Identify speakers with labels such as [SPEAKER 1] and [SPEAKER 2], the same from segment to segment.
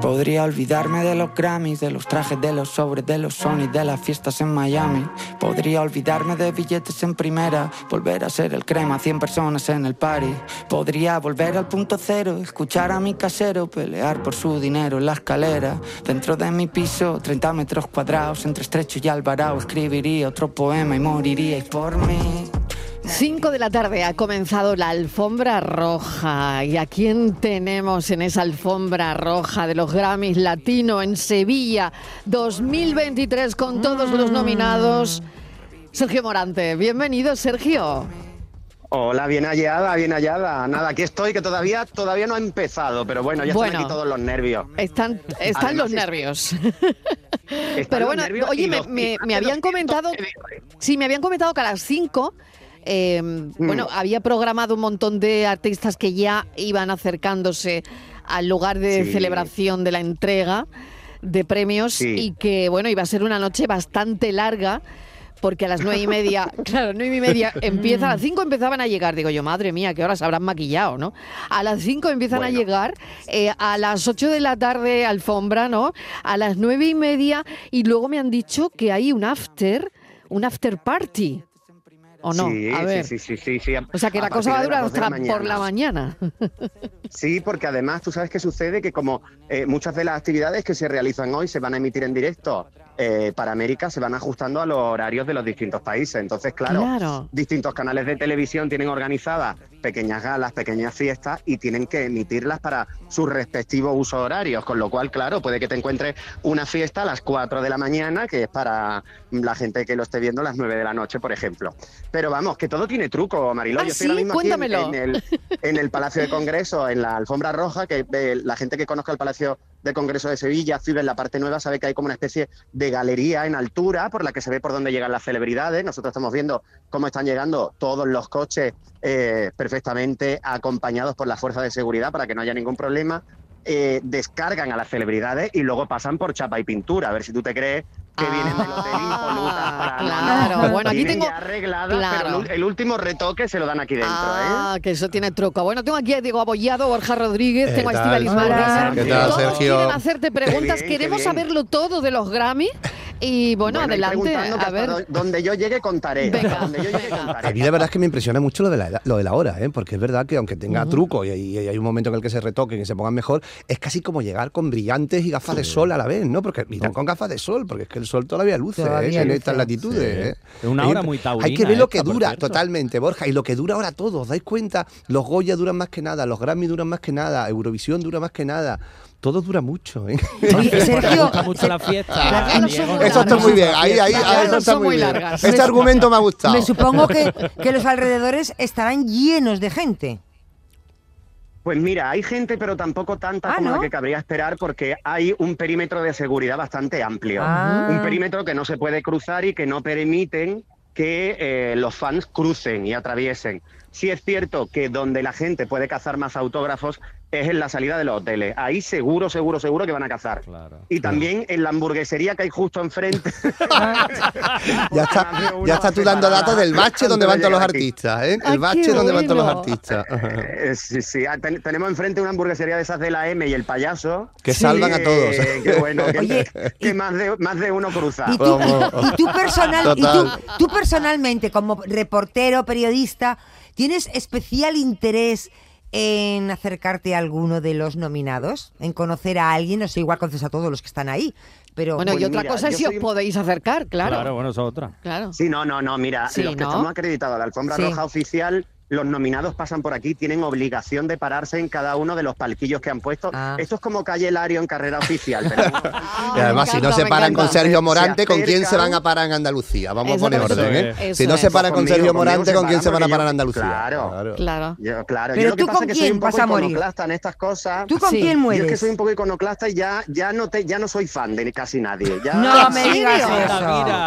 [SPEAKER 1] Podría olvidarme de los Grammys, de los trajes, de los sobres, de los Sony, de las fiestas en Miami. Podría olvidarme de billetes en primera, volver a ser el crema, 100 personas en el party. Podría volver al punto cero, escuchar a mi casero pelear por su dinero en la escalera. Dentro de mi piso, 30 metros cuadrados, entre estrecho y alvarado, escribiría otro poema y moriríais por mí.
[SPEAKER 2] 5 de la tarde ha comenzado la alfombra roja. ¿Y a quién tenemos en esa alfombra roja de los Grammys Latino en Sevilla 2023 con todos los
[SPEAKER 3] Mm.
[SPEAKER 2] nominados? Sergio Morante, bienvenido Sergio.
[SPEAKER 3] Hola, bien hallada, bien hallada. Nada, aquí estoy que todavía todavía no ha empezado, pero bueno, ya
[SPEAKER 2] Bueno.
[SPEAKER 3] están aquí todos los nervios.
[SPEAKER 2] Están, están
[SPEAKER 3] Además,
[SPEAKER 2] los
[SPEAKER 3] es-
[SPEAKER 2] nervios.
[SPEAKER 3] Están
[SPEAKER 2] Pero
[SPEAKER 3] los
[SPEAKER 2] bueno,
[SPEAKER 3] nervios
[SPEAKER 2] oye,
[SPEAKER 3] y
[SPEAKER 2] me,
[SPEAKER 3] los-
[SPEAKER 2] me-
[SPEAKER 3] y
[SPEAKER 2] me habían comentado, sí, me habían comentado que a las 5, eh,
[SPEAKER 3] Mm.
[SPEAKER 2] bueno, había programado un montón de artistas que ya iban acercándose al lugar de
[SPEAKER 4] Sí.
[SPEAKER 2] celebración de la entrega de premios
[SPEAKER 4] Sí.
[SPEAKER 2] y que, bueno, iba a ser una noche bastante larga. Porque a las nueve y media, claro, nueve y media empieza, a
[SPEAKER 3] Mm.
[SPEAKER 2] las cinco empezaban a llegar. Digo yo, madre mía, qué horas habrán maquillado, ¿no? A las cinco empiezan a llegar, eh, a las ocho de la tarde alfombra, ¿no? A las nueve y media y luego me han dicho que hay un after, un after party, ¿o no?
[SPEAKER 3] Sí,
[SPEAKER 2] a
[SPEAKER 3] sí,
[SPEAKER 2] ver.
[SPEAKER 3] sí, sí, sí, sí, a-
[SPEAKER 2] O sea que la
[SPEAKER 3] partir
[SPEAKER 2] cosa va a
[SPEAKER 3] de las
[SPEAKER 2] durar
[SPEAKER 3] dos de
[SPEAKER 2] hasta por la mañana.
[SPEAKER 3] Sí, porque además tú sabes que sucede que como eh, muchas de las actividades que se realizan hoy se van a emitir en directo eh, para América, se van ajustando a los horarios de los distintos países. Entonces, claro,
[SPEAKER 2] Claro.
[SPEAKER 3] distintos canales de televisión tienen organizadas pequeñas galas, pequeñas fiestas y tienen que emitirlas para sus respectivos usos horarios. Con lo cual, claro, puede que te encuentres una fiesta a las 4 de la mañana, que es para la gente que lo esté viendo a las 9 de la noche, por ejemplo. Pero vamos, que todo tiene truco, Mariló.
[SPEAKER 2] Ah,
[SPEAKER 3] Yo estoy ahora
[SPEAKER 2] ¿sí?
[SPEAKER 3] mismo aquí en-
[SPEAKER 2] Cuéntamelo.
[SPEAKER 3] en el- en el Palacio de Congreso, en la alfombra roja, que eh, la gente que conozca el Palacio de Congreso de Sevilla, vive en la parte nueva, sabe que hay como una especie de galería en altura por la que se ve por dónde llegan las celebridades. Nosotros estamos viendo cómo están llegando todos los coches eh, perfectamente acompañados por la fuerza de seguridad para que no haya ningún problema. Eh, descargan a las celebridades y luego pasan por chapa y pintura. A ver si tú te crees que vienen del hotel impolutas para...
[SPEAKER 2] Ah. claro. Bueno, aquí
[SPEAKER 3] Vienen ya
[SPEAKER 2] tengo-
[SPEAKER 3] arregladas,
[SPEAKER 2] claro.
[SPEAKER 3] pero el ul- el último retoque se lo dan aquí dentro, ¿eh?
[SPEAKER 2] Ah, que eso tiene truco. Bueno, tengo aquí a Diego Abollado, Borja Rodríguez,
[SPEAKER 5] Eh, ¿Qué
[SPEAKER 2] tengo a
[SPEAKER 5] tal?
[SPEAKER 2] Estibaliz
[SPEAKER 5] Hola.
[SPEAKER 2] Martínez.
[SPEAKER 5] ¿Qué tal,
[SPEAKER 2] Todos
[SPEAKER 5] Sergio?
[SPEAKER 2] quieren hacerte preguntas,
[SPEAKER 3] Qué bien, qué
[SPEAKER 2] queremos
[SPEAKER 3] bien.
[SPEAKER 2] saberlo todo de los Grammy. Y bueno,
[SPEAKER 3] Bueno, y
[SPEAKER 2] adelante,
[SPEAKER 3] preguntando que
[SPEAKER 2] a
[SPEAKER 3] hasta
[SPEAKER 2] ver.
[SPEAKER 3] do- Donde yo llegue contaré. Hasta donde yo llegue contaré.
[SPEAKER 5] A mí la verdad es que me impresiona mucho lo de la, lo de la hora, ¿eh? porque es verdad que aunque tenga truco y, y hay un momento en el que se retoquen y se pongan mejor, es casi como llegar con brillantes y gafas de sol a la vez, ¿no? Porque miran con gafas de sol, porque es que el sol todavía luce ¿eh?
[SPEAKER 6] Todavía
[SPEAKER 5] en
[SPEAKER 6] luce.
[SPEAKER 5] estas latitudes.
[SPEAKER 6] Sí.
[SPEAKER 5] ¿eh?
[SPEAKER 6] Es una
[SPEAKER 5] Hay-
[SPEAKER 6] hora muy taurina
[SPEAKER 5] Hay que ver lo que
[SPEAKER 6] esta, por
[SPEAKER 5] dura,
[SPEAKER 6] cierto.
[SPEAKER 5] totalmente, Borja, y lo que dura ahora todo, ¿os dais cuenta? Los Goya duran más que nada, los Grammy duran más que nada, Eurovisión dura más que nada. Todo dura mucho, ¿eh?
[SPEAKER 7] Sergio,
[SPEAKER 6] mucho la fiesta.
[SPEAKER 7] Las galas son
[SPEAKER 5] Eso
[SPEAKER 7] muy
[SPEAKER 5] está
[SPEAKER 7] largas.
[SPEAKER 5] muy bien, ahí, ahí,
[SPEAKER 7] Las
[SPEAKER 5] ahí, eso
[SPEAKER 7] galas
[SPEAKER 5] está
[SPEAKER 7] son
[SPEAKER 5] muy
[SPEAKER 7] muy
[SPEAKER 5] bien.
[SPEAKER 7] largas.
[SPEAKER 5] Este argumento me ha gustado.
[SPEAKER 7] Me supongo que, que los alrededores estarán llenos de gente.
[SPEAKER 3] Pues mira, hay gente, pero tampoco tanta
[SPEAKER 7] Ah,
[SPEAKER 3] como
[SPEAKER 7] ¿no?
[SPEAKER 3] la que cabría esperar, porque hay un perímetro de seguridad bastante amplio.
[SPEAKER 7] Ah.
[SPEAKER 3] Un perímetro que no se puede cruzar y que no permiten que eh, los fans crucen y atraviesen. Sí es cierto que donde la gente puede cazar más autógrafos es en la salida de los hoteles. Ahí seguro, seguro, seguro que van a cazar. Y también en la hamburguesería que hay justo enfrente.
[SPEAKER 5] Ya está, ya está tú dando datos del bache donde van todos los artistas, ¿eh?
[SPEAKER 3] Ah, qué
[SPEAKER 5] El bache donde van todos los
[SPEAKER 3] bueno.
[SPEAKER 5] artistas.
[SPEAKER 3] Eh, sí, sí. Ah, ten- tenemos enfrente una hamburguesería de esas de la M y el payaso.
[SPEAKER 5] Que salvan a todos.
[SPEAKER 3] Eh, que bueno, que,
[SPEAKER 5] Oye,
[SPEAKER 3] que más, de, más de uno cruza.
[SPEAKER 5] ¿Y tú- Vamos.
[SPEAKER 7] Y tú, personal, y tú,
[SPEAKER 5] Total.
[SPEAKER 7] tú personalmente, como reportero, periodista, ¿tienes especial interés en acercarte a alguno de los nominados? ¿En conocer a alguien? No sé, igual conoces a todos los que están ahí. Pero,
[SPEAKER 2] Bueno, y otra cosa es si os podéis acercar, claro.
[SPEAKER 3] bueno, eso es otra.
[SPEAKER 2] Claro.
[SPEAKER 3] Sí, no, no, no, mira,
[SPEAKER 2] Sí,
[SPEAKER 3] los que
[SPEAKER 2] ¿no?
[SPEAKER 3] estamos acreditados a la alfombra
[SPEAKER 2] Sí.
[SPEAKER 3] roja oficial, los nominados pasan por aquí, tienen obligación de pararse en cada uno de los palquillos que han puesto.
[SPEAKER 7] Ah.
[SPEAKER 3] Esto es como calle Lario en carrera oficial. pero no-
[SPEAKER 2] Ah,
[SPEAKER 5] y además, si no
[SPEAKER 3] encanta,
[SPEAKER 5] se
[SPEAKER 3] me
[SPEAKER 5] paran con
[SPEAKER 3] encanta.
[SPEAKER 5] Sergio
[SPEAKER 3] Se
[SPEAKER 5] Morante, ¿con quién se
[SPEAKER 3] acercan.
[SPEAKER 5] van a parar en Andalucía? Vamos a
[SPEAKER 3] Eso
[SPEAKER 5] poner
[SPEAKER 3] es.
[SPEAKER 5] orden, ¿eh?
[SPEAKER 3] Eso
[SPEAKER 5] Si no
[SPEAKER 3] es.
[SPEAKER 5] se paran con
[SPEAKER 3] Conmigo,
[SPEAKER 5] Sergio
[SPEAKER 3] conmigo
[SPEAKER 5] Morante,
[SPEAKER 3] se
[SPEAKER 5] ¿con quién se
[SPEAKER 3] paran
[SPEAKER 5] van a
[SPEAKER 3] porque yo-
[SPEAKER 5] parar en Andalucía?
[SPEAKER 3] Claro.
[SPEAKER 2] Claro.
[SPEAKER 3] Yo, claro,
[SPEAKER 7] Pero
[SPEAKER 3] yo lo que
[SPEAKER 7] tú
[SPEAKER 3] pasa
[SPEAKER 7] con
[SPEAKER 3] es que soy
[SPEAKER 7] quién
[SPEAKER 3] un poco
[SPEAKER 7] vas a morir.
[SPEAKER 3] iconoclasta en estas cosas.
[SPEAKER 7] ¿Tú con Sí. quién
[SPEAKER 3] Yo es que
[SPEAKER 7] mueres?
[SPEAKER 3] soy un poco iconoclasta y ya, ya no te, ya no soy fan de casi nadie. Ya-
[SPEAKER 7] No me digas eso.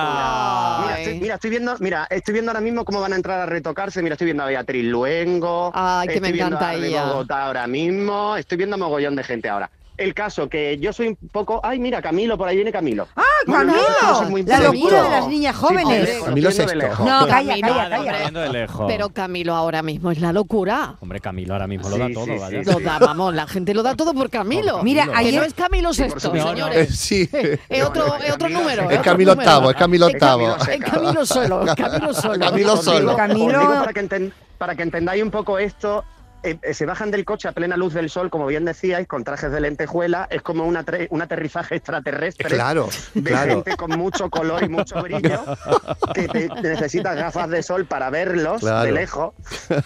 [SPEAKER 3] Mira, estoy, mira, estoy viendo, mira, estoy viendo ahora mismo cómo van a entrar a retocarse. Mira, estoy viendo a Beatriz Luengo.
[SPEAKER 2] Ay, que me
[SPEAKER 3] estoy viendo
[SPEAKER 2] encanta
[SPEAKER 3] a de
[SPEAKER 2] ella.
[SPEAKER 3] Bogotá ahora mismo. Estoy viendo a mogollón de gente ahora. El caso que yo soy un poco. Ay, mira, Camilo, por ahí viene Camilo.
[SPEAKER 7] ¡Ah,
[SPEAKER 3] No, no,
[SPEAKER 7] Camilo!
[SPEAKER 3] no, eso es muy
[SPEAKER 7] la
[SPEAKER 3] importante.
[SPEAKER 7] locura de las niñas jóvenes.
[SPEAKER 3] Hombre,
[SPEAKER 5] Camilo
[SPEAKER 3] viendo de
[SPEAKER 5] Sexto.
[SPEAKER 3] lejos.
[SPEAKER 7] no, calla,
[SPEAKER 2] Camilo,
[SPEAKER 7] calla,
[SPEAKER 2] hombre.
[SPEAKER 7] calla.
[SPEAKER 4] Viendo de lejos.
[SPEAKER 2] Pero Camilo ahora mismo es la locura.
[SPEAKER 4] Hombre, Camilo ahora mismo lo
[SPEAKER 3] Sí,
[SPEAKER 4] da
[SPEAKER 3] sí,
[SPEAKER 4] todo,
[SPEAKER 3] sí,
[SPEAKER 4] vaya.
[SPEAKER 3] sí.
[SPEAKER 2] Lo da, vamos, la gente lo da todo por Camilo.
[SPEAKER 4] Por
[SPEAKER 7] Mira,
[SPEAKER 4] Camilo.
[SPEAKER 2] Que no
[SPEAKER 7] ayer,
[SPEAKER 2] es Camilo
[SPEAKER 3] Sí, por
[SPEAKER 2] sexto,
[SPEAKER 3] supuesto.
[SPEAKER 2] señores.
[SPEAKER 5] sí.
[SPEAKER 2] Es otro,
[SPEAKER 3] no,
[SPEAKER 2] es otro
[SPEAKER 3] Camilo
[SPEAKER 2] número.
[SPEAKER 3] Seca.
[SPEAKER 2] es
[SPEAKER 5] Es
[SPEAKER 2] otro
[SPEAKER 5] Camilo
[SPEAKER 2] número.
[SPEAKER 5] Octavo, es Camilo
[SPEAKER 2] Es Camilo
[SPEAKER 5] Octavo.
[SPEAKER 3] Seca.
[SPEAKER 2] Es Camilo solo, es Camilo solo.
[SPEAKER 5] Camilo
[SPEAKER 3] Os digo-
[SPEAKER 5] solo.
[SPEAKER 7] Camilo-
[SPEAKER 3] os digo para, que enten- para que entendáis un poco esto, eh, eh, se bajan del coche a plena luz del sol, como bien decíais, con trajes de lentejuela. Es como una tre- un aterrizaje extraterrestre.
[SPEAKER 5] Claro,
[SPEAKER 3] De
[SPEAKER 5] claro.
[SPEAKER 3] gente con mucho color y mucho brillo, que te, te necesitas gafas de sol para verlos
[SPEAKER 5] Claro.
[SPEAKER 3] de lejos.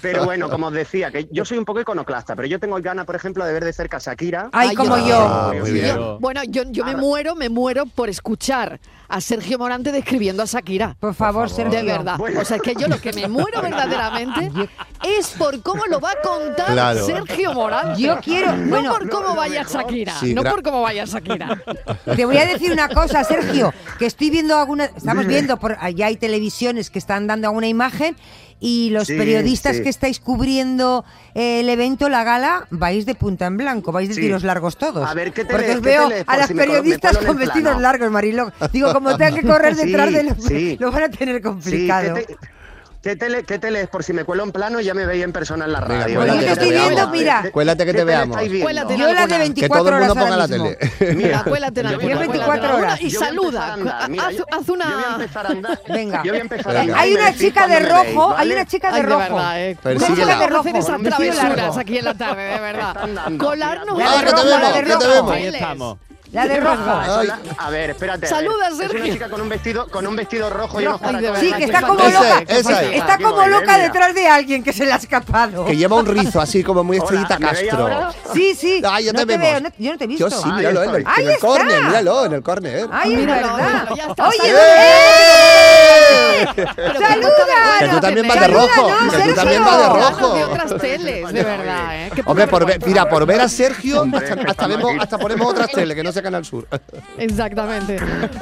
[SPEAKER 3] Pero bueno, como os decía, que yo soy un poco iconoclasta, pero yo tengo ganas, por ejemplo, de ver de cerca a Shakira.
[SPEAKER 7] Ay, como
[SPEAKER 2] yo.
[SPEAKER 5] Ah,
[SPEAKER 7] yo.
[SPEAKER 5] muy
[SPEAKER 2] Y
[SPEAKER 5] bien.
[SPEAKER 2] yo- bueno, yo, yo me
[SPEAKER 3] Ahora-
[SPEAKER 2] muero, me muero por escuchar a Sergio Morante describiendo a Shakira.
[SPEAKER 7] Por favor, Sergio.
[SPEAKER 2] De verdad.
[SPEAKER 3] Bueno.
[SPEAKER 2] O sea, es que yo lo que me muero verdaderamente es por cómo lo va a contar
[SPEAKER 5] Claro.
[SPEAKER 2] Sergio Morante.
[SPEAKER 7] Yo quiero-
[SPEAKER 2] No
[SPEAKER 7] bueno,
[SPEAKER 2] por cómo vaya Shakira.
[SPEAKER 5] Sí,
[SPEAKER 2] no
[SPEAKER 5] gra-
[SPEAKER 2] por cómo vaya Shakira.
[SPEAKER 7] Te voy a decir una cosa, Sergio, que estoy viendo alguna, estamos viendo por allá hay televisiones que están dando alguna imagen y los
[SPEAKER 3] Sí,
[SPEAKER 7] periodistas
[SPEAKER 3] sí.
[SPEAKER 7] que estáis cubriendo eh, el evento, la gala, vais de punta en blanco, vais de
[SPEAKER 3] Sí.
[SPEAKER 7] tiros largos todos.
[SPEAKER 3] A ver, ¿qué te
[SPEAKER 7] Porque
[SPEAKER 3] lees?
[SPEAKER 7] os
[SPEAKER 3] ¿Qué
[SPEAKER 7] veo
[SPEAKER 3] te lees?
[SPEAKER 7] a
[SPEAKER 3] Por
[SPEAKER 7] las
[SPEAKER 3] si me colo- me
[SPEAKER 7] periodistas
[SPEAKER 3] cuelo en
[SPEAKER 7] con
[SPEAKER 3] el
[SPEAKER 7] vestidos
[SPEAKER 3] plano.
[SPEAKER 7] largos, Mariló. Digo, como tengan que correr
[SPEAKER 3] Sí,
[SPEAKER 7] detrás de los,
[SPEAKER 3] sí.
[SPEAKER 7] lo van a tener
[SPEAKER 3] Sí,
[SPEAKER 7] complicado.
[SPEAKER 3] ¿qué, te, qué tele- qué tele es? Por si me cuelo en plano, ya me veis en persona en la
[SPEAKER 5] Venga,
[SPEAKER 3] radio.
[SPEAKER 5] cuélate,
[SPEAKER 3] ¿eh?
[SPEAKER 5] Yo estoy
[SPEAKER 3] ¿Qué
[SPEAKER 5] viendo,
[SPEAKER 3] tele-
[SPEAKER 7] mira.
[SPEAKER 3] qué-
[SPEAKER 5] Cuélate que
[SPEAKER 3] qué
[SPEAKER 5] te
[SPEAKER 3] tele
[SPEAKER 5] veamos.
[SPEAKER 3] estáis viendo?
[SPEAKER 2] Cuélate
[SPEAKER 7] Yo la de
[SPEAKER 2] alguna.
[SPEAKER 5] Que todo el
[SPEAKER 7] 24 horas
[SPEAKER 5] mundo
[SPEAKER 7] ahora
[SPEAKER 5] ponga la
[SPEAKER 7] mismo.
[SPEAKER 5] tele.
[SPEAKER 3] Mira,
[SPEAKER 2] Acuélate,
[SPEAKER 3] yo voy a
[SPEAKER 2] acuélate,
[SPEAKER 3] empezar
[SPEAKER 2] acuélate.
[SPEAKER 7] 24 horas.
[SPEAKER 2] Y
[SPEAKER 3] Yo voy a
[SPEAKER 2] saluda.
[SPEAKER 3] empezar a andar, mira,
[SPEAKER 2] haz,
[SPEAKER 3] yo-
[SPEAKER 2] haz
[SPEAKER 3] yo voy a
[SPEAKER 2] una.
[SPEAKER 3] empezar a andar.
[SPEAKER 7] Venga.
[SPEAKER 3] Yo voy a empezar a
[SPEAKER 5] Venga.
[SPEAKER 3] andar.
[SPEAKER 7] Hay
[SPEAKER 3] y
[SPEAKER 7] una
[SPEAKER 3] me decís
[SPEAKER 7] chica de
[SPEAKER 3] cuando me veis,
[SPEAKER 7] rojo, hay
[SPEAKER 3] ¿vale?
[SPEAKER 7] una chica de
[SPEAKER 2] Ay, de
[SPEAKER 7] rojo.
[SPEAKER 2] verdad, eh.
[SPEAKER 5] Pero
[SPEAKER 2] ¿Cómo
[SPEAKER 5] síguela.
[SPEAKER 2] se pueden hacer
[SPEAKER 7] Rojo,
[SPEAKER 2] esas
[SPEAKER 7] un vestido
[SPEAKER 2] travesuras
[SPEAKER 7] largo.
[SPEAKER 2] aquí en la tarde, de
[SPEAKER 3] Están
[SPEAKER 2] verdad?
[SPEAKER 3] dando,
[SPEAKER 2] Colarnos
[SPEAKER 3] mira,
[SPEAKER 5] La de
[SPEAKER 2] a los
[SPEAKER 5] rojo, la de
[SPEAKER 2] papeles.
[SPEAKER 5] rojo.
[SPEAKER 4] Ahí estamos.
[SPEAKER 7] La de rojo.
[SPEAKER 3] Son las- A ver, espérate. a ver.
[SPEAKER 2] Saluda,
[SPEAKER 3] Es
[SPEAKER 2] Sergio.
[SPEAKER 3] una chica con un vestido, con un vestido rojo y
[SPEAKER 2] Rojo,
[SPEAKER 3] unos
[SPEAKER 2] ay, de
[SPEAKER 3] caracoles.
[SPEAKER 7] Sí,
[SPEAKER 2] verdad,
[SPEAKER 7] que está
[SPEAKER 2] qué
[SPEAKER 7] como
[SPEAKER 2] fantasía,
[SPEAKER 7] loca.
[SPEAKER 5] qué fantasía.
[SPEAKER 7] Está como
[SPEAKER 3] Qué
[SPEAKER 7] loca
[SPEAKER 3] maravilla.
[SPEAKER 7] detrás de alguien que se le ha escapado.
[SPEAKER 5] Que lleva un rizo así como muy estrellita
[SPEAKER 3] Hola, ¿me veis
[SPEAKER 5] Castro.
[SPEAKER 3] ahora?
[SPEAKER 7] Sí, sí.
[SPEAKER 5] Ay, yo Ah,
[SPEAKER 7] no
[SPEAKER 5] te vemos.
[SPEAKER 7] veo, no- yo no te he visto.
[SPEAKER 5] Yo sí,
[SPEAKER 3] Ahí
[SPEAKER 5] míralo en el,
[SPEAKER 3] estoy.
[SPEAKER 5] en
[SPEAKER 7] Ahí
[SPEAKER 5] el córner,
[SPEAKER 7] está.
[SPEAKER 5] míralo en el córner.
[SPEAKER 7] Ay, es
[SPEAKER 2] Míralo,
[SPEAKER 7] verdad.
[SPEAKER 2] míralo, ya está,
[SPEAKER 7] Oye,
[SPEAKER 2] saluda.
[SPEAKER 7] ¡eh!
[SPEAKER 2] Pero qué poca
[SPEAKER 7] ¡Saluda!
[SPEAKER 5] Que tú también vas de
[SPEAKER 2] Saluda,
[SPEAKER 5] rojo,
[SPEAKER 7] no,
[SPEAKER 5] que tú
[SPEAKER 7] Sergio.
[SPEAKER 5] también vas de rojo.
[SPEAKER 2] Hablamos de otras teles, de verdad, ¿eh? Qué
[SPEAKER 5] Hombre, por ver,
[SPEAKER 2] vergüenza.
[SPEAKER 5] mira, por ver a Sergio,
[SPEAKER 3] Hombre,
[SPEAKER 5] hasta,
[SPEAKER 3] que
[SPEAKER 5] hasta
[SPEAKER 3] estamos
[SPEAKER 5] vemos-
[SPEAKER 3] aquí.
[SPEAKER 5] hasta ponemos otras tele que no sea Canal Sur.
[SPEAKER 2] Exactamente.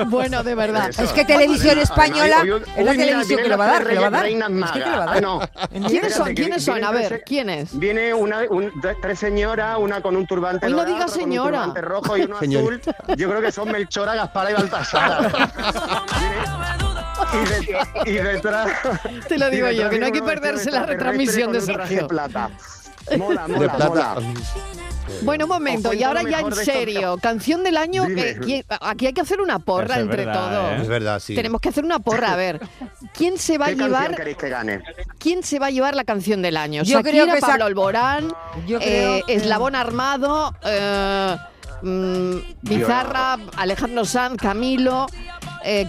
[SPEAKER 2] Bueno, de verdad.
[SPEAKER 3] Eso.
[SPEAKER 7] Es que Televisión
[SPEAKER 3] Además,
[SPEAKER 7] Española
[SPEAKER 3] hoy- hoy-
[SPEAKER 7] es la
[SPEAKER 3] hoy, mira,
[SPEAKER 7] televisión
[SPEAKER 3] vienen
[SPEAKER 7] que lo va a
[SPEAKER 3] las
[SPEAKER 7] dar, que lo va a dar.
[SPEAKER 3] Reinas
[SPEAKER 7] Es que
[SPEAKER 3] Magas.
[SPEAKER 7] lo va a
[SPEAKER 3] Ah,
[SPEAKER 7] dar.
[SPEAKER 3] no.
[SPEAKER 2] ¿Quiénes son?
[SPEAKER 3] Espérate, que
[SPEAKER 2] ¿Quiénes son?
[SPEAKER 3] vienen
[SPEAKER 2] A ver,
[SPEAKER 3] tres-
[SPEAKER 2] ¿quiénes?
[SPEAKER 3] Viene una, un- tres- tres señoras, una con un turbante
[SPEAKER 2] Ay, no
[SPEAKER 3] dorado,
[SPEAKER 2] diga
[SPEAKER 3] otra con un
[SPEAKER 2] señora.
[SPEAKER 3] turbante rojo y uno azul.
[SPEAKER 5] Señorita.
[SPEAKER 3] Yo creo que son Melchora, Gaspara y Baltasar. y, de- y detrás...
[SPEAKER 2] Te lo
[SPEAKER 3] y
[SPEAKER 2] digo yo,
[SPEAKER 3] detrás
[SPEAKER 2] que no hay
[SPEAKER 3] viene
[SPEAKER 2] que
[SPEAKER 3] una versión
[SPEAKER 2] perderse la
[SPEAKER 3] extraterrestre
[SPEAKER 2] retransmisión
[SPEAKER 3] con
[SPEAKER 2] de
[SPEAKER 3] un traje
[SPEAKER 2] Sergio.
[SPEAKER 3] plata. Mola, mola,
[SPEAKER 5] De plata.
[SPEAKER 3] mola.
[SPEAKER 2] Bueno, un momento,
[SPEAKER 3] Os
[SPEAKER 2] y
[SPEAKER 3] cuento
[SPEAKER 2] ahora
[SPEAKER 3] lo
[SPEAKER 2] ya en
[SPEAKER 3] mejor de estos
[SPEAKER 2] serio,
[SPEAKER 3] temas.
[SPEAKER 2] canción del año,
[SPEAKER 3] Dime.
[SPEAKER 2] eh, ¿quién- aquí hay que hacer una porra
[SPEAKER 4] Eso es
[SPEAKER 2] entre
[SPEAKER 4] verdad,
[SPEAKER 2] todos.
[SPEAKER 4] ¿eh?
[SPEAKER 5] Es verdad, sí.
[SPEAKER 2] Tenemos que hacer una porra, a ver. ¿Quién se va a
[SPEAKER 3] ¿Qué canción
[SPEAKER 2] llevar
[SPEAKER 3] queréis que gane?
[SPEAKER 2] quién se va a llevar la canción del año?
[SPEAKER 7] Yo
[SPEAKER 2] Shakira,
[SPEAKER 7] creo que esa-
[SPEAKER 2] Pablo Alborán,
[SPEAKER 7] Yo
[SPEAKER 2] eh,
[SPEAKER 7] creo que-
[SPEAKER 2] Eslabón Armado, eh, mm, Bizarra, Alejandro Sanz, Camilo,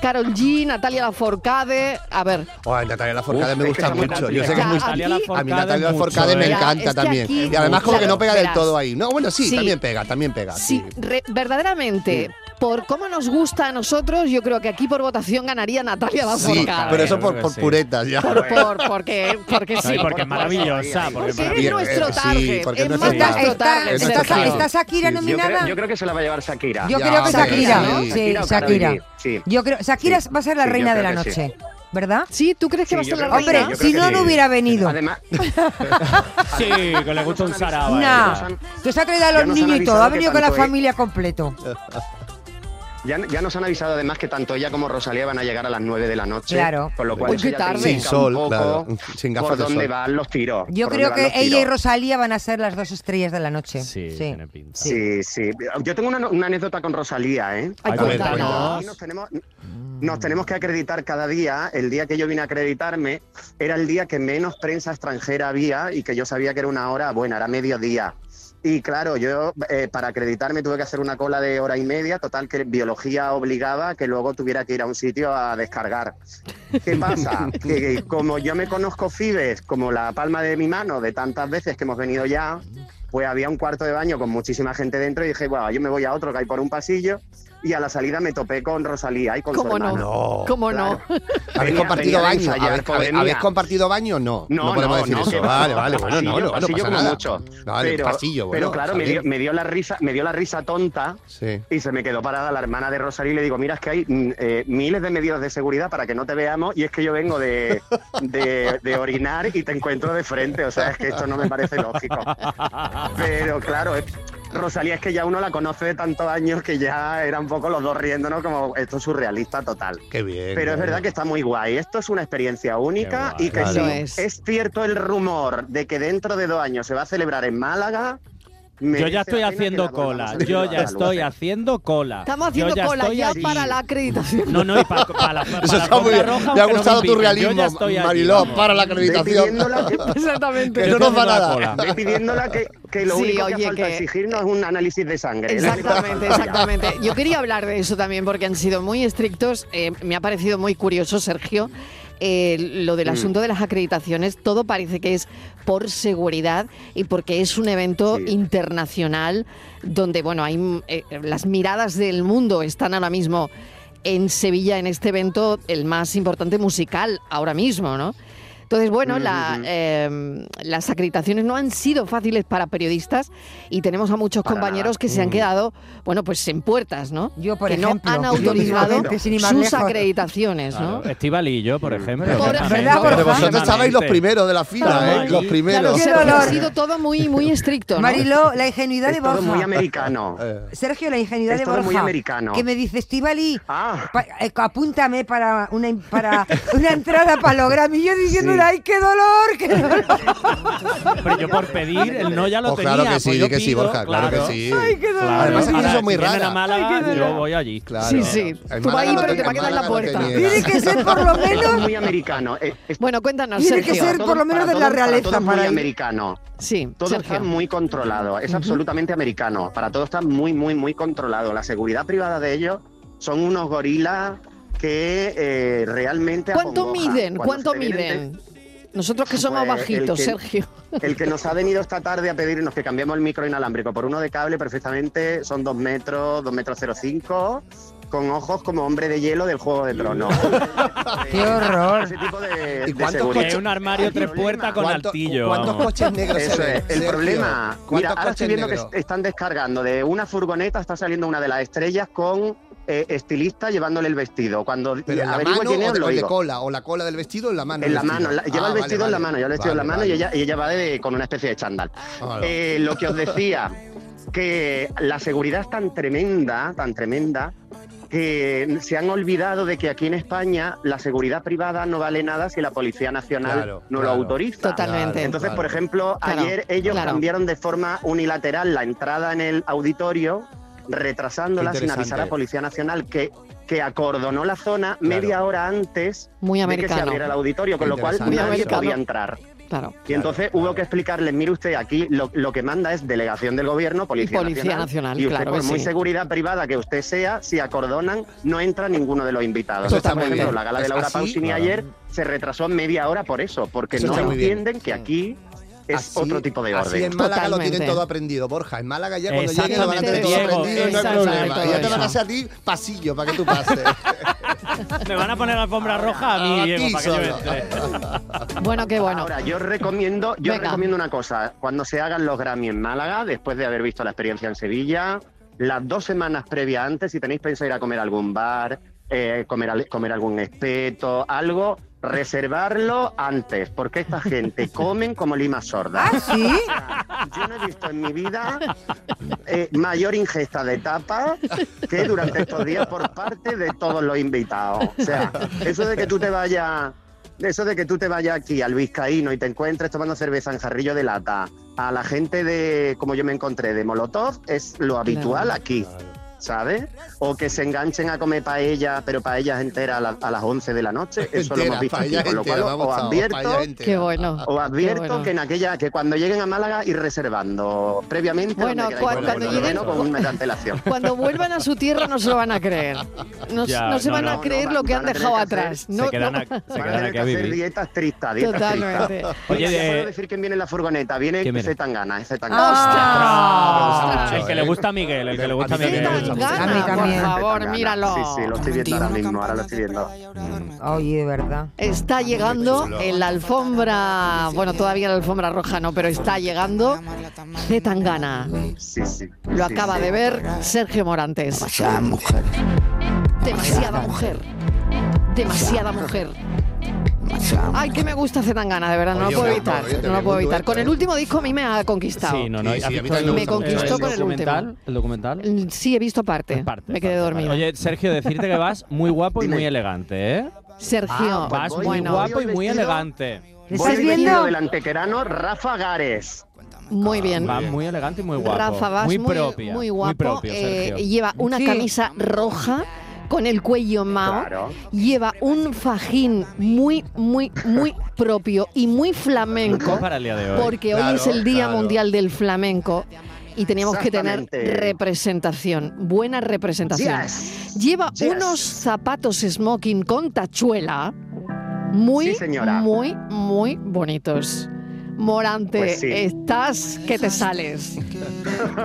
[SPEAKER 2] Carol G, Natalia Laforcade. A ver,
[SPEAKER 5] Ay, Natalia Laforcade
[SPEAKER 3] es
[SPEAKER 5] me
[SPEAKER 4] Uf,
[SPEAKER 3] que
[SPEAKER 5] gusta
[SPEAKER 3] está muy
[SPEAKER 5] mucho. Yo sé
[SPEAKER 2] complicado.
[SPEAKER 5] que es
[SPEAKER 2] Ya,
[SPEAKER 5] muy
[SPEAKER 4] Natalia
[SPEAKER 2] a mí-
[SPEAKER 5] A mí
[SPEAKER 4] Laforcade
[SPEAKER 5] Natalia
[SPEAKER 4] mucho,
[SPEAKER 5] Laforcade me
[SPEAKER 4] ¿eh?
[SPEAKER 2] Ya,
[SPEAKER 5] encanta
[SPEAKER 2] es que
[SPEAKER 5] también.
[SPEAKER 2] aquí-
[SPEAKER 5] y además como que
[SPEAKER 2] Claro,
[SPEAKER 5] no pega del
[SPEAKER 2] verás.
[SPEAKER 5] todo ahí. No, bueno, sí,
[SPEAKER 2] Sí.
[SPEAKER 5] también pega, también pega.
[SPEAKER 2] si
[SPEAKER 5] Sí.
[SPEAKER 2] re- verdaderamente, por cómo nos gusta a nosotros, yo creo que aquí por votación ganaría Natalia
[SPEAKER 5] Sí,
[SPEAKER 2] Laforcade.
[SPEAKER 5] pero eso
[SPEAKER 4] Yo
[SPEAKER 5] por,
[SPEAKER 4] creo
[SPEAKER 5] por
[SPEAKER 4] que sí.
[SPEAKER 5] puretas ya.
[SPEAKER 2] Por- por- porque, porque
[SPEAKER 4] No,
[SPEAKER 2] sí.
[SPEAKER 4] y porque es maravillosa. Porque, es
[SPEAKER 2] Porque
[SPEAKER 5] Bien,
[SPEAKER 2] es
[SPEAKER 4] maravillosa.
[SPEAKER 2] nuestro
[SPEAKER 5] eh, sí,
[SPEAKER 2] target.
[SPEAKER 5] porque
[SPEAKER 2] es
[SPEAKER 5] no es
[SPEAKER 2] más
[SPEAKER 5] el
[SPEAKER 7] Está,
[SPEAKER 5] target.
[SPEAKER 2] nuestro
[SPEAKER 7] está,
[SPEAKER 2] target.
[SPEAKER 5] Es
[SPEAKER 7] está,
[SPEAKER 5] nuestro
[SPEAKER 7] está,
[SPEAKER 5] target.
[SPEAKER 7] Shakira
[SPEAKER 5] Sí,
[SPEAKER 3] Yo
[SPEAKER 5] sí.
[SPEAKER 3] creo,
[SPEAKER 7] nominada.
[SPEAKER 3] yo creo que se la va a llevar Shakira.
[SPEAKER 7] Yo
[SPEAKER 5] Ya,
[SPEAKER 7] creo que
[SPEAKER 5] sí,
[SPEAKER 7] Shakira.
[SPEAKER 5] ¿no?
[SPEAKER 7] Sí,
[SPEAKER 3] Shakira o Carol
[SPEAKER 7] Shakira.
[SPEAKER 3] G, sí.
[SPEAKER 7] Yo creo, Shakira
[SPEAKER 3] Sí,
[SPEAKER 7] va a ser la
[SPEAKER 3] sí, yo
[SPEAKER 7] reina de
[SPEAKER 3] creo
[SPEAKER 7] la
[SPEAKER 3] que
[SPEAKER 7] noche, ¿verdad?
[SPEAKER 2] Sí, ¿tú crees que
[SPEAKER 3] Sí,
[SPEAKER 2] va a ser
[SPEAKER 3] yo
[SPEAKER 2] la
[SPEAKER 3] creo que sí,
[SPEAKER 2] reina?
[SPEAKER 7] Hombre,
[SPEAKER 3] yo
[SPEAKER 7] si
[SPEAKER 3] creo
[SPEAKER 7] no,
[SPEAKER 3] que
[SPEAKER 7] no
[SPEAKER 3] sí.
[SPEAKER 7] hubiera venido.
[SPEAKER 3] Además,
[SPEAKER 4] Sí, que le gusta un sarao. a
[SPEAKER 7] Nah.
[SPEAKER 4] ella.
[SPEAKER 7] Que se ha traído a
[SPEAKER 3] Ya
[SPEAKER 7] los
[SPEAKER 3] nos han
[SPEAKER 7] niños y todo.
[SPEAKER 3] avisado
[SPEAKER 7] Ha
[SPEAKER 3] que
[SPEAKER 7] venido con la
[SPEAKER 3] tanto es-
[SPEAKER 7] familia completo.
[SPEAKER 3] ya, ya nos han avisado además que tanto ella como Rosalía van a llegar a las 9 de la noche.
[SPEAKER 7] Claro.
[SPEAKER 3] Con lo cual
[SPEAKER 2] Uy,
[SPEAKER 3] eso
[SPEAKER 2] qué
[SPEAKER 3] ya
[SPEAKER 2] tarde.
[SPEAKER 3] te indica
[SPEAKER 5] Sin sol,
[SPEAKER 3] un poco
[SPEAKER 5] claro. Sin gafas
[SPEAKER 3] por
[SPEAKER 5] de
[SPEAKER 3] dónde
[SPEAKER 5] sol.
[SPEAKER 3] van los tiros.
[SPEAKER 7] Yo
[SPEAKER 3] por
[SPEAKER 7] creo
[SPEAKER 3] dónde van
[SPEAKER 7] que
[SPEAKER 3] los
[SPEAKER 7] ella y
[SPEAKER 3] tiros.
[SPEAKER 7] Rosalía van a ser las dos estrellas de la noche.
[SPEAKER 4] Sí, tiene pinta.
[SPEAKER 3] Sí, sí. Yo tengo una, una anécdota con Rosalía, ¿eh?
[SPEAKER 2] Ay,
[SPEAKER 4] Ay, a ver,
[SPEAKER 2] cuéntanos.
[SPEAKER 4] cuéntanos.
[SPEAKER 3] Aquí nos tenemos, nos tenemos que acreditar cada día. El día que yo vine a acreditarme era el día que menos prensa extranjera había y que yo sabía que era una hora buena, era mediodía. Y claro, yo eh, para acreditarme tuve que hacer una cola de hora y media, total que biología obligaba que luego tuviera que ir a un sitio a descargar. ¿Qué pasa? que como yo me conozco Fibes como la palma de mi mano de tantas veces que hemos venido ya, pues había un cuarto de baño con muchísima gente dentro y dije, bueno, yo me voy a otro que hay por un pasillo y a la salida me topé con Rosalía y con su
[SPEAKER 2] ¿Cómo no?
[SPEAKER 3] hermana.
[SPEAKER 5] No.
[SPEAKER 2] ¿Cómo no?
[SPEAKER 5] ¿Habéis
[SPEAKER 3] Venía-
[SPEAKER 5] compartido
[SPEAKER 3] venía de
[SPEAKER 5] baño?
[SPEAKER 3] ensayar,
[SPEAKER 5] ¿Habéis,
[SPEAKER 3] pobre
[SPEAKER 5] habéis- habéis
[SPEAKER 3] mía.
[SPEAKER 5] compartido baño? No. No, podemos decir
[SPEAKER 3] no,
[SPEAKER 5] eso.
[SPEAKER 3] que va.
[SPEAKER 5] vale, vale, bueno,
[SPEAKER 3] Pasillo,
[SPEAKER 5] no, no, no
[SPEAKER 3] pasillo
[SPEAKER 5] pasa
[SPEAKER 3] como
[SPEAKER 5] nada.
[SPEAKER 3] mucho.
[SPEAKER 5] Vale,
[SPEAKER 3] pero,
[SPEAKER 5] pasillo, bueno.
[SPEAKER 3] pero claro,
[SPEAKER 5] está
[SPEAKER 3] me dio,
[SPEAKER 5] bien.
[SPEAKER 3] me dio la risa, me dio la risa tonta
[SPEAKER 5] Sí.
[SPEAKER 3] y se me quedó parada la hermana de Rosalía y le digo, mira, es que hay mm, eh, miles de medidas de seguridad para que no te veamos y es que yo vengo de, de, de orinar y te encuentro de frente, o sea, es que esto no me parece lógico. Pero claro, es- Rosalía es que ya uno la conoce de tantos años que ya era un poco los dos riéndonos como esto es surrealista total.
[SPEAKER 5] Qué bien.
[SPEAKER 3] Pero es
[SPEAKER 5] ¿no?
[SPEAKER 3] verdad que está muy guay. Esto es una experiencia única
[SPEAKER 4] Qué guay.
[SPEAKER 3] y que
[SPEAKER 2] Claro.
[SPEAKER 3] sí,
[SPEAKER 2] Eso es.
[SPEAKER 3] es. cierto el rumor de que dentro de dos años se va a celebrar en Málaga.
[SPEAKER 4] Yo
[SPEAKER 3] merece
[SPEAKER 4] ya
[SPEAKER 3] la
[SPEAKER 4] estoy
[SPEAKER 3] pena que
[SPEAKER 4] haciendo
[SPEAKER 3] la volvamos
[SPEAKER 4] cola.
[SPEAKER 3] a
[SPEAKER 4] Yo
[SPEAKER 3] celebrar.
[SPEAKER 4] ya estoy haciendo cola.
[SPEAKER 2] Estamos
[SPEAKER 4] Yo
[SPEAKER 2] haciendo cola
[SPEAKER 4] estoy
[SPEAKER 2] ya
[SPEAKER 4] allí.
[SPEAKER 2] para la acreditación.
[SPEAKER 4] No, no, y para la, pa
[SPEAKER 5] Eso está
[SPEAKER 4] la
[SPEAKER 5] muy
[SPEAKER 4] alfombra
[SPEAKER 5] bien.
[SPEAKER 4] roja,
[SPEAKER 5] Me ha
[SPEAKER 4] aunque no
[SPEAKER 5] gustado tu
[SPEAKER 4] inviten. Yo ya
[SPEAKER 5] realismo,
[SPEAKER 4] estoy allí,
[SPEAKER 5] Mariló,
[SPEAKER 4] vamos.
[SPEAKER 5] para la
[SPEAKER 3] Ve
[SPEAKER 5] acreditación.
[SPEAKER 3] pidiéndola que-
[SPEAKER 2] Exactamente.
[SPEAKER 5] Que
[SPEAKER 4] Yo
[SPEAKER 5] no nos
[SPEAKER 4] tengo
[SPEAKER 5] va
[SPEAKER 4] la
[SPEAKER 5] nada.
[SPEAKER 4] cola.
[SPEAKER 3] ve pidiéndola que, que lo
[SPEAKER 2] Sí,
[SPEAKER 3] único que
[SPEAKER 2] oye,
[SPEAKER 3] hace falta
[SPEAKER 2] que-
[SPEAKER 3] exigirnos es un análisis de sangre. Es lo único que hace
[SPEAKER 2] Exactamente,
[SPEAKER 3] falta ya.
[SPEAKER 2] exactamente. Yo quería hablar de eso también porque han sido muy estrictos. Eh, me ha parecido muy curioso, Sergio, eh, lo
[SPEAKER 3] Mm.
[SPEAKER 2] del asunto de las acreditaciones. Todo parece que es por seguridad y porque es un evento
[SPEAKER 3] Sí.
[SPEAKER 2] internacional donde, bueno, hay mm, eh, las miradas del mundo están ahora mismo en Sevilla en este evento el más importante musical ahora mismo, ¿no? Entonces, bueno,
[SPEAKER 3] Mm,
[SPEAKER 2] la,
[SPEAKER 3] Ujú.
[SPEAKER 2] eh, las acreditaciones no han sido fáciles para periodistas y tenemos a muchos
[SPEAKER 3] Para
[SPEAKER 2] compañeros
[SPEAKER 3] nada. Mm.
[SPEAKER 2] que se han quedado, bueno, pues en puertas, ¿no?
[SPEAKER 7] Yo, por
[SPEAKER 2] que
[SPEAKER 7] ejemplo.
[SPEAKER 2] no han
[SPEAKER 7] Yo,
[SPEAKER 2] autorizado
[SPEAKER 7] precisamente, sin ir más
[SPEAKER 2] sus
[SPEAKER 7] lejos.
[SPEAKER 2] acreditaciones, ¿no?
[SPEAKER 3] eh,
[SPEAKER 4] Estival y yo, por ejemplo.
[SPEAKER 2] Por
[SPEAKER 4] Exactamente.
[SPEAKER 7] ¿Verdad, Borja?
[SPEAKER 5] Pero vosotros estabais los
[SPEAKER 4] Exactamente.
[SPEAKER 5] primeros de la fila,
[SPEAKER 4] Ay,
[SPEAKER 5] ¿eh? Los
[SPEAKER 2] Claro,
[SPEAKER 5] primeros.
[SPEAKER 7] Qué
[SPEAKER 2] se- ha
[SPEAKER 7] dolor.
[SPEAKER 2] sido todo muy, muy estricto, ¿no?
[SPEAKER 7] Mariló, la ingenuidad de
[SPEAKER 3] Es todo
[SPEAKER 7] Borja.
[SPEAKER 3] muy americano.
[SPEAKER 5] Eh,
[SPEAKER 7] Sergio, la ingenuidad
[SPEAKER 3] Es
[SPEAKER 7] de
[SPEAKER 3] todo
[SPEAKER 7] Borja.
[SPEAKER 3] muy americano.
[SPEAKER 7] Que me dice, Estivali,
[SPEAKER 3] Ah.
[SPEAKER 7] pa- eh, apúntame para una, in- para una entrada para lograr. Y yo diciendo,
[SPEAKER 3] Sí.
[SPEAKER 7] ¡ay, qué dolor! ¡Qué dolor!
[SPEAKER 4] Pero yo por pedir, el no ya lo
[SPEAKER 5] Pues
[SPEAKER 4] tenía.
[SPEAKER 5] claro que sí,
[SPEAKER 4] pues yo
[SPEAKER 5] di que sí,
[SPEAKER 4] pido,
[SPEAKER 5] Borja, claro que sí.
[SPEAKER 7] Ay, qué dolor.
[SPEAKER 4] Claro,
[SPEAKER 5] Además,
[SPEAKER 4] ahora,
[SPEAKER 5] aquí son muy
[SPEAKER 4] si vienen
[SPEAKER 5] raras.
[SPEAKER 4] a Málaga,
[SPEAKER 7] Ay, qué
[SPEAKER 4] yo
[SPEAKER 7] dolor.
[SPEAKER 4] voy allí.
[SPEAKER 5] Claro.
[SPEAKER 2] Sí, sí.
[SPEAKER 5] En
[SPEAKER 2] Tú vas
[SPEAKER 5] Málaga
[SPEAKER 2] ahí,
[SPEAKER 5] no
[SPEAKER 2] pero
[SPEAKER 5] te-
[SPEAKER 2] te va a
[SPEAKER 5] en
[SPEAKER 2] quedar la
[SPEAKER 5] Málaga no te
[SPEAKER 2] puerta.
[SPEAKER 5] niegas.
[SPEAKER 7] Tiene que ser por lo
[SPEAKER 3] Esto es
[SPEAKER 7] menos.
[SPEAKER 3] muy americano. Es- es
[SPEAKER 2] Bueno, cuéntanos,
[SPEAKER 7] Tiene que
[SPEAKER 2] Sergio.
[SPEAKER 7] ser por lo menos de
[SPEAKER 3] para todo-
[SPEAKER 7] la
[SPEAKER 3] para
[SPEAKER 7] realeza
[SPEAKER 3] todo es muy
[SPEAKER 7] para ir.
[SPEAKER 3] americano.
[SPEAKER 2] Sí,
[SPEAKER 3] Todo
[SPEAKER 2] Sergio.
[SPEAKER 3] está muy controlado, es absolutamente americano. Para todo está muy, muy, muy controlado. La seguridad privada de ellos son unos gorilas que eh, realmente...
[SPEAKER 2] ¿Cuánto
[SPEAKER 3] acongojan.
[SPEAKER 2] miden?
[SPEAKER 3] Cuando
[SPEAKER 2] ¿Cuánto
[SPEAKER 3] se ven
[SPEAKER 2] miden? Nosotros que somos
[SPEAKER 3] Pues, el
[SPEAKER 2] bajitos,
[SPEAKER 3] que-
[SPEAKER 2] Sergio.
[SPEAKER 3] ente- El que nos ha venido esta tarde a pedirnos que cambiemos el micro inalámbrico por uno de cable perfectamente son dos metros, dos metros cero cinco, con ojos como hombre de hielo del Juego de Tronos.
[SPEAKER 7] ¡Qué horror!
[SPEAKER 3] Ese tipo de,
[SPEAKER 5] ¿Y
[SPEAKER 3] de
[SPEAKER 5] cuántos
[SPEAKER 3] seguridad.
[SPEAKER 5] coches-
[SPEAKER 4] Es un armario tres puertas con
[SPEAKER 5] ¿Cuánto-
[SPEAKER 4] altillo.
[SPEAKER 5] ¿Cuántos
[SPEAKER 4] vamos.
[SPEAKER 5] coches negros se
[SPEAKER 3] Eso
[SPEAKER 5] ven,
[SPEAKER 3] es. El
[SPEAKER 5] Sergio?
[SPEAKER 3] problema. Mira,
[SPEAKER 5] ¿Cuántos
[SPEAKER 3] ahora estoy
[SPEAKER 5] coches
[SPEAKER 3] viendo
[SPEAKER 5] negros?
[SPEAKER 3] que es- están descargando de una furgoneta, está saliendo una de las estrellas con eh, estilista llevándole el vestido. Cuando
[SPEAKER 5] Pero en la
[SPEAKER 3] averigüe
[SPEAKER 5] mano
[SPEAKER 3] quién es,
[SPEAKER 5] o de,
[SPEAKER 3] lo
[SPEAKER 5] o de
[SPEAKER 3] digo.
[SPEAKER 5] cola, o la cola del vestido en la mano.
[SPEAKER 3] En
[SPEAKER 5] el
[SPEAKER 3] la
[SPEAKER 5] vestido.
[SPEAKER 3] mano, la- lleva
[SPEAKER 5] Ah,
[SPEAKER 3] el
[SPEAKER 5] vale,
[SPEAKER 3] vestido en la
[SPEAKER 5] vale.
[SPEAKER 3] mano, lleva el vestido en la
[SPEAKER 5] Vale,
[SPEAKER 3] mano y
[SPEAKER 5] vale.
[SPEAKER 3] ella, y ella va de, con una especie de chándal.
[SPEAKER 5] Ah,
[SPEAKER 3] Eh, lo que os decía, que la seguridad es tan tremenda, tan tremenda, que se han olvidado de que aquí en España la seguridad privada no vale nada si la Policía Nacional
[SPEAKER 5] Claro,
[SPEAKER 3] no
[SPEAKER 5] claro.
[SPEAKER 3] lo autoriza.
[SPEAKER 2] Totalmente.
[SPEAKER 3] Entonces,
[SPEAKER 5] Claro.
[SPEAKER 3] por ejemplo,
[SPEAKER 2] Claro,
[SPEAKER 3] ayer ellos
[SPEAKER 2] claro.
[SPEAKER 3] cambiaron de forma unilateral la entrada en el auditorio, retrasándola
[SPEAKER 5] Qué
[SPEAKER 3] sin avisar a
[SPEAKER 5] interesante.
[SPEAKER 3] la Policía Nacional que, que acordonó la zona media hora antes
[SPEAKER 2] Muy
[SPEAKER 3] de que se
[SPEAKER 2] americano.
[SPEAKER 3] abriera el auditorio, con
[SPEAKER 5] Qué
[SPEAKER 3] lo cual
[SPEAKER 5] interesante
[SPEAKER 3] nadie
[SPEAKER 2] eso.
[SPEAKER 3] podía entrar.
[SPEAKER 2] Claro.
[SPEAKER 3] Y entonces
[SPEAKER 5] Claro,
[SPEAKER 3] hubo que
[SPEAKER 5] claro.
[SPEAKER 3] explicarles, mire usted, aquí lo, lo que manda es delegación del gobierno, policía,
[SPEAKER 2] Policía Nacional,
[SPEAKER 3] Y usted,
[SPEAKER 2] claro
[SPEAKER 3] por
[SPEAKER 2] que
[SPEAKER 3] muy
[SPEAKER 2] sí.
[SPEAKER 3] seguridad privada que usted sea, si acordonan, no entra ninguno de los invitados.
[SPEAKER 5] Eso está
[SPEAKER 3] por
[SPEAKER 5] muy
[SPEAKER 3] ejemplo,
[SPEAKER 5] bien.
[SPEAKER 3] la gala de
[SPEAKER 5] Es
[SPEAKER 3] Laura
[SPEAKER 5] así,
[SPEAKER 3] Pausini
[SPEAKER 5] claro.
[SPEAKER 3] ayer se retrasó media hora por eso, porque
[SPEAKER 5] Eso
[SPEAKER 3] no
[SPEAKER 5] está muy bien.
[SPEAKER 3] entienden que aquí es
[SPEAKER 5] Así-
[SPEAKER 3] otro tipo de
[SPEAKER 5] Así en
[SPEAKER 3] orden.
[SPEAKER 5] Málaga lo
[SPEAKER 2] Totalmente.
[SPEAKER 5] tienen todo aprendido, Borja. En Málaga ya cuando lleguen lo van a tener
[SPEAKER 2] Exactamente,
[SPEAKER 5] todo
[SPEAKER 2] Diego,
[SPEAKER 5] aprendido y no hay
[SPEAKER 2] exacto,
[SPEAKER 5] problema.
[SPEAKER 2] todo
[SPEAKER 5] Ya te van a
[SPEAKER 2] eso.
[SPEAKER 5] hacer a ti pasillo para que tú pases.
[SPEAKER 4] Me van a poner la alfombra roja a
[SPEAKER 5] A
[SPEAKER 4] mí, Diego,
[SPEAKER 5] ti
[SPEAKER 4] para que yo
[SPEAKER 5] solo.
[SPEAKER 4] entre.
[SPEAKER 2] Bueno, qué bueno.
[SPEAKER 3] Ahora, yo recomiendo, yo
[SPEAKER 2] Venga.
[SPEAKER 3] recomiendo una cosa. Cuando se hagan los Grammy en Málaga, después de haber visto la experiencia en Sevilla, las dos semanas previas antes, si tenéis pensado ir a comer a algún bar, eh, comer, al- comer algún espeto, algo, reservarlo antes, porque esta gente comen como lima sorda.
[SPEAKER 7] ¿Ah, sí?
[SPEAKER 3] Yo no he visto en mi vida eh, mayor ingesta de tapas que durante estos días por parte de todos los invitados. O sea, eso de que tú te vayas, eso de que tú te vayas aquí al Vizcaíno y te encuentres tomando cerveza en jarrillo de lata a la gente de, como yo me encontré, de Molotov, es lo habitual
[SPEAKER 2] Claro.
[SPEAKER 3] aquí. ¿Sabes? O que se enganchen a comer paella, pero paellas enteras a, la- a las 11 de la noche. Eso lo hemos
[SPEAKER 5] Entera,
[SPEAKER 3] visto aquí.
[SPEAKER 5] paella
[SPEAKER 3] Con lo cual,
[SPEAKER 5] entera, vamos,
[SPEAKER 3] os
[SPEAKER 5] chao,
[SPEAKER 3] advierto
[SPEAKER 5] paella entera.
[SPEAKER 2] Qué bueno.
[SPEAKER 3] os advierto
[SPEAKER 2] Qué bueno.
[SPEAKER 3] que en aquella, que cuando lleguen a Málaga ir reservando previamente.
[SPEAKER 2] Bueno,
[SPEAKER 3] donde queráis
[SPEAKER 2] cua-
[SPEAKER 3] comer,
[SPEAKER 5] cuando
[SPEAKER 3] por lo
[SPEAKER 5] lleguen-
[SPEAKER 3] menos con una cancelación.
[SPEAKER 2] Cuando vuelvan a su tierra no se lo van a creer. No,
[SPEAKER 4] Ya,
[SPEAKER 2] no se
[SPEAKER 4] no,
[SPEAKER 2] van a
[SPEAKER 4] no,
[SPEAKER 2] creer
[SPEAKER 3] no,
[SPEAKER 2] lo que
[SPEAKER 3] van
[SPEAKER 2] han
[SPEAKER 3] a tener
[SPEAKER 2] dejado
[SPEAKER 3] que
[SPEAKER 2] atrás.
[SPEAKER 3] hacer-
[SPEAKER 2] No,
[SPEAKER 4] se quedan,
[SPEAKER 2] no.
[SPEAKER 4] a, se
[SPEAKER 3] Van a
[SPEAKER 4] quedan
[SPEAKER 3] tener
[SPEAKER 4] aquí
[SPEAKER 3] que
[SPEAKER 4] a
[SPEAKER 3] hacer
[SPEAKER 4] vivir.
[SPEAKER 3] dietas tristas, dietas
[SPEAKER 2] Totalmente.
[SPEAKER 3] tristas.
[SPEAKER 4] Oye,
[SPEAKER 3] Oye, ya
[SPEAKER 4] de-
[SPEAKER 3] puedo decir quién viene en la furgoneta. Viene
[SPEAKER 4] ¿Quién viene?
[SPEAKER 3] Zetangana, es
[SPEAKER 7] Ah,
[SPEAKER 4] Ostras,
[SPEAKER 5] ostras.
[SPEAKER 4] el que le gusta a Miguel, el que le gusta a
[SPEAKER 5] A mí
[SPEAKER 4] Miguel.
[SPEAKER 5] también.
[SPEAKER 7] A mí
[SPEAKER 2] Zetangana, por
[SPEAKER 7] también.
[SPEAKER 2] favor,
[SPEAKER 3] Zetangana.
[SPEAKER 2] míralo.
[SPEAKER 3] Sí, sí, lo estoy viendo ahora mismo, ahora lo estoy viendo.
[SPEAKER 7] Oye, de verdad.
[SPEAKER 2] Está llegando en la alfombra, bueno, todavía la alfombra roja no, pero está llegando Zetangana.
[SPEAKER 3] Sí, sí.
[SPEAKER 2] Lo
[SPEAKER 3] sí,
[SPEAKER 2] acaba
[SPEAKER 3] sí.
[SPEAKER 2] de ver Sergio Morantes.
[SPEAKER 1] Demasiada mujer,
[SPEAKER 2] Demasiada mujer. Demasiada mujer. Ay, que me gusta Zetangana, de verdad, no
[SPEAKER 6] Oye,
[SPEAKER 2] lo puedo
[SPEAKER 6] un
[SPEAKER 2] evitar.
[SPEAKER 6] dueto, oye,
[SPEAKER 2] no lo puedo
[SPEAKER 6] un
[SPEAKER 2] evitar.
[SPEAKER 6] dueto,
[SPEAKER 2] Con el
[SPEAKER 6] ¿eh?
[SPEAKER 2] último disco a mí me ha conquistado.
[SPEAKER 4] Sí, no, no.
[SPEAKER 6] Sí,
[SPEAKER 4] ¿has
[SPEAKER 6] sí, a mí
[SPEAKER 4] visto
[SPEAKER 6] también
[SPEAKER 2] me
[SPEAKER 6] gusta mucho
[SPEAKER 2] conquistó
[SPEAKER 6] el
[SPEAKER 2] con el
[SPEAKER 4] documental?
[SPEAKER 2] último.
[SPEAKER 4] ¿El documental?
[SPEAKER 2] Mm, Sí, he visto parte.
[SPEAKER 4] Parte,
[SPEAKER 2] me quedé
[SPEAKER 4] parte,
[SPEAKER 2] dormida.
[SPEAKER 4] vale. Oye, Sergio, decirte que vas muy guapo y
[SPEAKER 3] Dime.
[SPEAKER 4] muy elegante, ¿eh?
[SPEAKER 2] Sergio,
[SPEAKER 3] Ah, pues
[SPEAKER 4] Vas
[SPEAKER 3] voy,
[SPEAKER 4] muy
[SPEAKER 2] bueno,
[SPEAKER 4] guapo y muy
[SPEAKER 3] vestido-
[SPEAKER 4] elegante.
[SPEAKER 7] ¿Le
[SPEAKER 3] Voy
[SPEAKER 7] estás
[SPEAKER 3] vestido
[SPEAKER 7] viendo?
[SPEAKER 3] del antequerano Rafa Gares.
[SPEAKER 2] muy bien.
[SPEAKER 4] Vas muy elegante y muy guapo.
[SPEAKER 2] Rafa vas
[SPEAKER 4] muy,
[SPEAKER 2] muy,
[SPEAKER 4] propia,
[SPEAKER 2] muy guapo.
[SPEAKER 4] propio,
[SPEAKER 2] eh,
[SPEAKER 4] Sergio.
[SPEAKER 2] lleva una
[SPEAKER 7] Sí.
[SPEAKER 2] camisa roja con el cuello en mao.
[SPEAKER 3] Claro.
[SPEAKER 2] Lleva un fajín muy, muy, muy propio y muy flamenco.
[SPEAKER 4] Para el día de hoy.
[SPEAKER 2] Porque hoy
[SPEAKER 5] Claro,
[SPEAKER 2] es el Día
[SPEAKER 5] claro.
[SPEAKER 2] Mundial del Flamenco y teníamos que tener
[SPEAKER 3] Exactamente.
[SPEAKER 2] representación, buena representación.
[SPEAKER 3] Yes.
[SPEAKER 2] Lleva
[SPEAKER 3] Yes.
[SPEAKER 2] unos zapatos smoking con tachuela muy,
[SPEAKER 3] Sí, señora.
[SPEAKER 2] muy, muy bonitos. Morante,
[SPEAKER 3] Pues sí.
[SPEAKER 2] estás que te sales.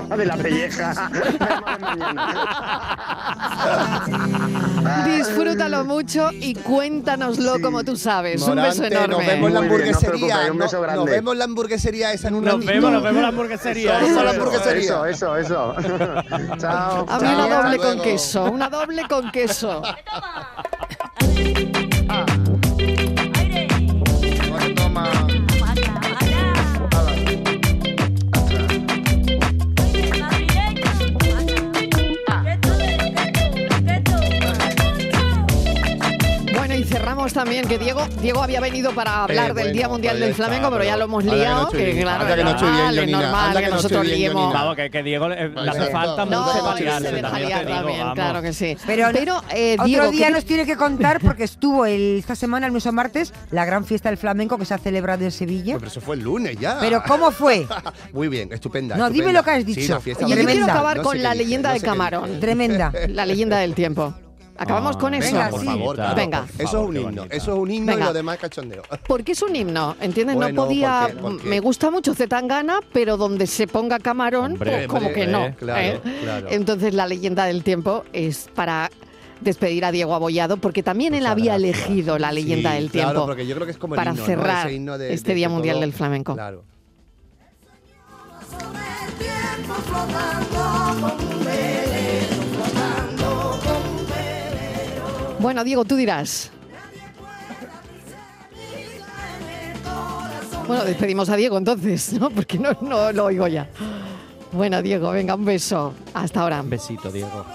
[SPEAKER 3] Ah, de la pelleja.
[SPEAKER 2] Disfrútalo mucho y cuéntanoslo como tú sabes.
[SPEAKER 5] Morante,
[SPEAKER 2] un beso enorme.
[SPEAKER 5] Nos vemos en la
[SPEAKER 3] Muy bien, no os
[SPEAKER 5] hamburguesería.
[SPEAKER 3] preocupéis, un beso
[SPEAKER 5] no-
[SPEAKER 3] grande.
[SPEAKER 5] nos vemos en la hamburguesería esa en una
[SPEAKER 4] Nos vemos, nos vemos en la hamburguesería.
[SPEAKER 5] Vamos a la
[SPEAKER 3] Eso,
[SPEAKER 5] hamburguesería.
[SPEAKER 3] Eso, eso, eso. Chao.
[SPEAKER 2] Hazme una
[SPEAKER 5] Chao,
[SPEAKER 2] doble con
[SPEAKER 5] hasta luego.
[SPEAKER 2] queso, una doble con queso. Bueno, y cerramos también, que Diego, Diego había venido para hablar del
[SPEAKER 5] Eh, bueno,
[SPEAKER 2] Día Mundial
[SPEAKER 5] pues ya
[SPEAKER 2] del
[SPEAKER 5] está,
[SPEAKER 2] Flamenco, pero ya lo hemos
[SPEAKER 5] anda que no
[SPEAKER 2] liado.
[SPEAKER 5] estoy
[SPEAKER 2] Que,
[SPEAKER 5] bien,
[SPEAKER 2] claro,
[SPEAKER 5] anda que no estoy bien,
[SPEAKER 2] normal,
[SPEAKER 5] Jonina,
[SPEAKER 2] normal
[SPEAKER 5] anda
[SPEAKER 2] que,
[SPEAKER 5] que no estoy
[SPEAKER 2] nosotros
[SPEAKER 5] bien,
[SPEAKER 2] liemos.
[SPEAKER 5] Jonina.
[SPEAKER 4] Vamos, que, que Diego eh, le hace
[SPEAKER 5] Vale.
[SPEAKER 4] falta
[SPEAKER 5] No,
[SPEAKER 4] mucho
[SPEAKER 5] se
[SPEAKER 4] para
[SPEAKER 2] se
[SPEAKER 4] liarse.
[SPEAKER 2] deja
[SPEAKER 4] también
[SPEAKER 2] liar
[SPEAKER 4] te digo,
[SPEAKER 2] también,
[SPEAKER 4] vamos.
[SPEAKER 2] claro que sí.
[SPEAKER 7] Pero,
[SPEAKER 2] eh,
[SPEAKER 7] otro
[SPEAKER 2] Diego,
[SPEAKER 7] día
[SPEAKER 2] ¿qué-
[SPEAKER 7] nos tiene que contar porque estuvo el- esta semana, el mismo martes, la gran fiesta del flamenco que se ha celebrado en Sevilla.
[SPEAKER 5] Pues, Pero eso fue el lunes ya.
[SPEAKER 7] Pero ¿cómo fue?
[SPEAKER 5] Muy bien, estupenda.
[SPEAKER 7] No, dime
[SPEAKER 5] estupenda.
[SPEAKER 7] lo que has
[SPEAKER 5] Sí,
[SPEAKER 7] dicho.
[SPEAKER 5] la fiesta
[SPEAKER 7] Oye,
[SPEAKER 2] Oye,
[SPEAKER 5] de-
[SPEAKER 2] yo quiero
[SPEAKER 7] Tremenda.
[SPEAKER 2] acabar
[SPEAKER 5] No sé
[SPEAKER 2] con
[SPEAKER 5] qué
[SPEAKER 2] la
[SPEAKER 5] dije,
[SPEAKER 2] leyenda
[SPEAKER 5] no
[SPEAKER 2] de
[SPEAKER 5] sé qué dije.
[SPEAKER 2] Camarón.
[SPEAKER 7] Tremenda.
[SPEAKER 2] La leyenda del tiempo. Acabamos
[SPEAKER 4] Ah,
[SPEAKER 2] con eso.
[SPEAKER 7] Venga,
[SPEAKER 5] Por
[SPEAKER 7] sí.
[SPEAKER 5] favor, claro,
[SPEAKER 2] Venga.
[SPEAKER 5] por favor, Eso es un
[SPEAKER 4] qué
[SPEAKER 5] himno,
[SPEAKER 4] bonita.
[SPEAKER 5] eso es un himno
[SPEAKER 2] Venga.
[SPEAKER 5] y lo demás es cachondeo.
[SPEAKER 2] Porque es un himno, ¿entiendes?
[SPEAKER 5] Bueno,
[SPEAKER 2] no podía.
[SPEAKER 5] porque- porque-
[SPEAKER 2] Me gusta mucho Zetangana, pero donde se ponga Camarón,
[SPEAKER 4] Hombre,
[SPEAKER 2] pues como
[SPEAKER 5] hombre,
[SPEAKER 2] que no.
[SPEAKER 5] eh, claro,
[SPEAKER 2] ¿eh?
[SPEAKER 5] claro.
[SPEAKER 2] Entonces, la leyenda del tiempo es para despedir a Diego Abollado, porque también él
[SPEAKER 5] Muchas
[SPEAKER 2] había
[SPEAKER 5] gracias.
[SPEAKER 2] elegido la leyenda
[SPEAKER 5] Sí,
[SPEAKER 2] del
[SPEAKER 5] claro,
[SPEAKER 2] tiempo
[SPEAKER 5] porque yo creo que es como el
[SPEAKER 2] para
[SPEAKER 5] himno, ¿no? Ese
[SPEAKER 2] cerrar
[SPEAKER 5] himno de-
[SPEAKER 2] este
[SPEAKER 5] de
[SPEAKER 2] Día
[SPEAKER 5] que
[SPEAKER 2] Mundial
[SPEAKER 5] todo-
[SPEAKER 2] del Flamenco.
[SPEAKER 5] Claro.
[SPEAKER 2] Bueno, Diego, tú dirás. Bueno, despedimos a Diego entonces, ¿no? Porque no, no lo oigo ya. Bueno, Diego, venga, un beso. Hasta ahora.
[SPEAKER 4] Un besito, Diego.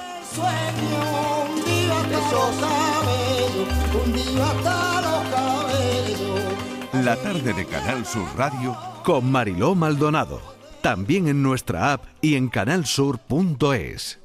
[SPEAKER 6] La tarde de Canal Sur Radio con Mariló Maldonado. También en nuestra app y en canalsur.es.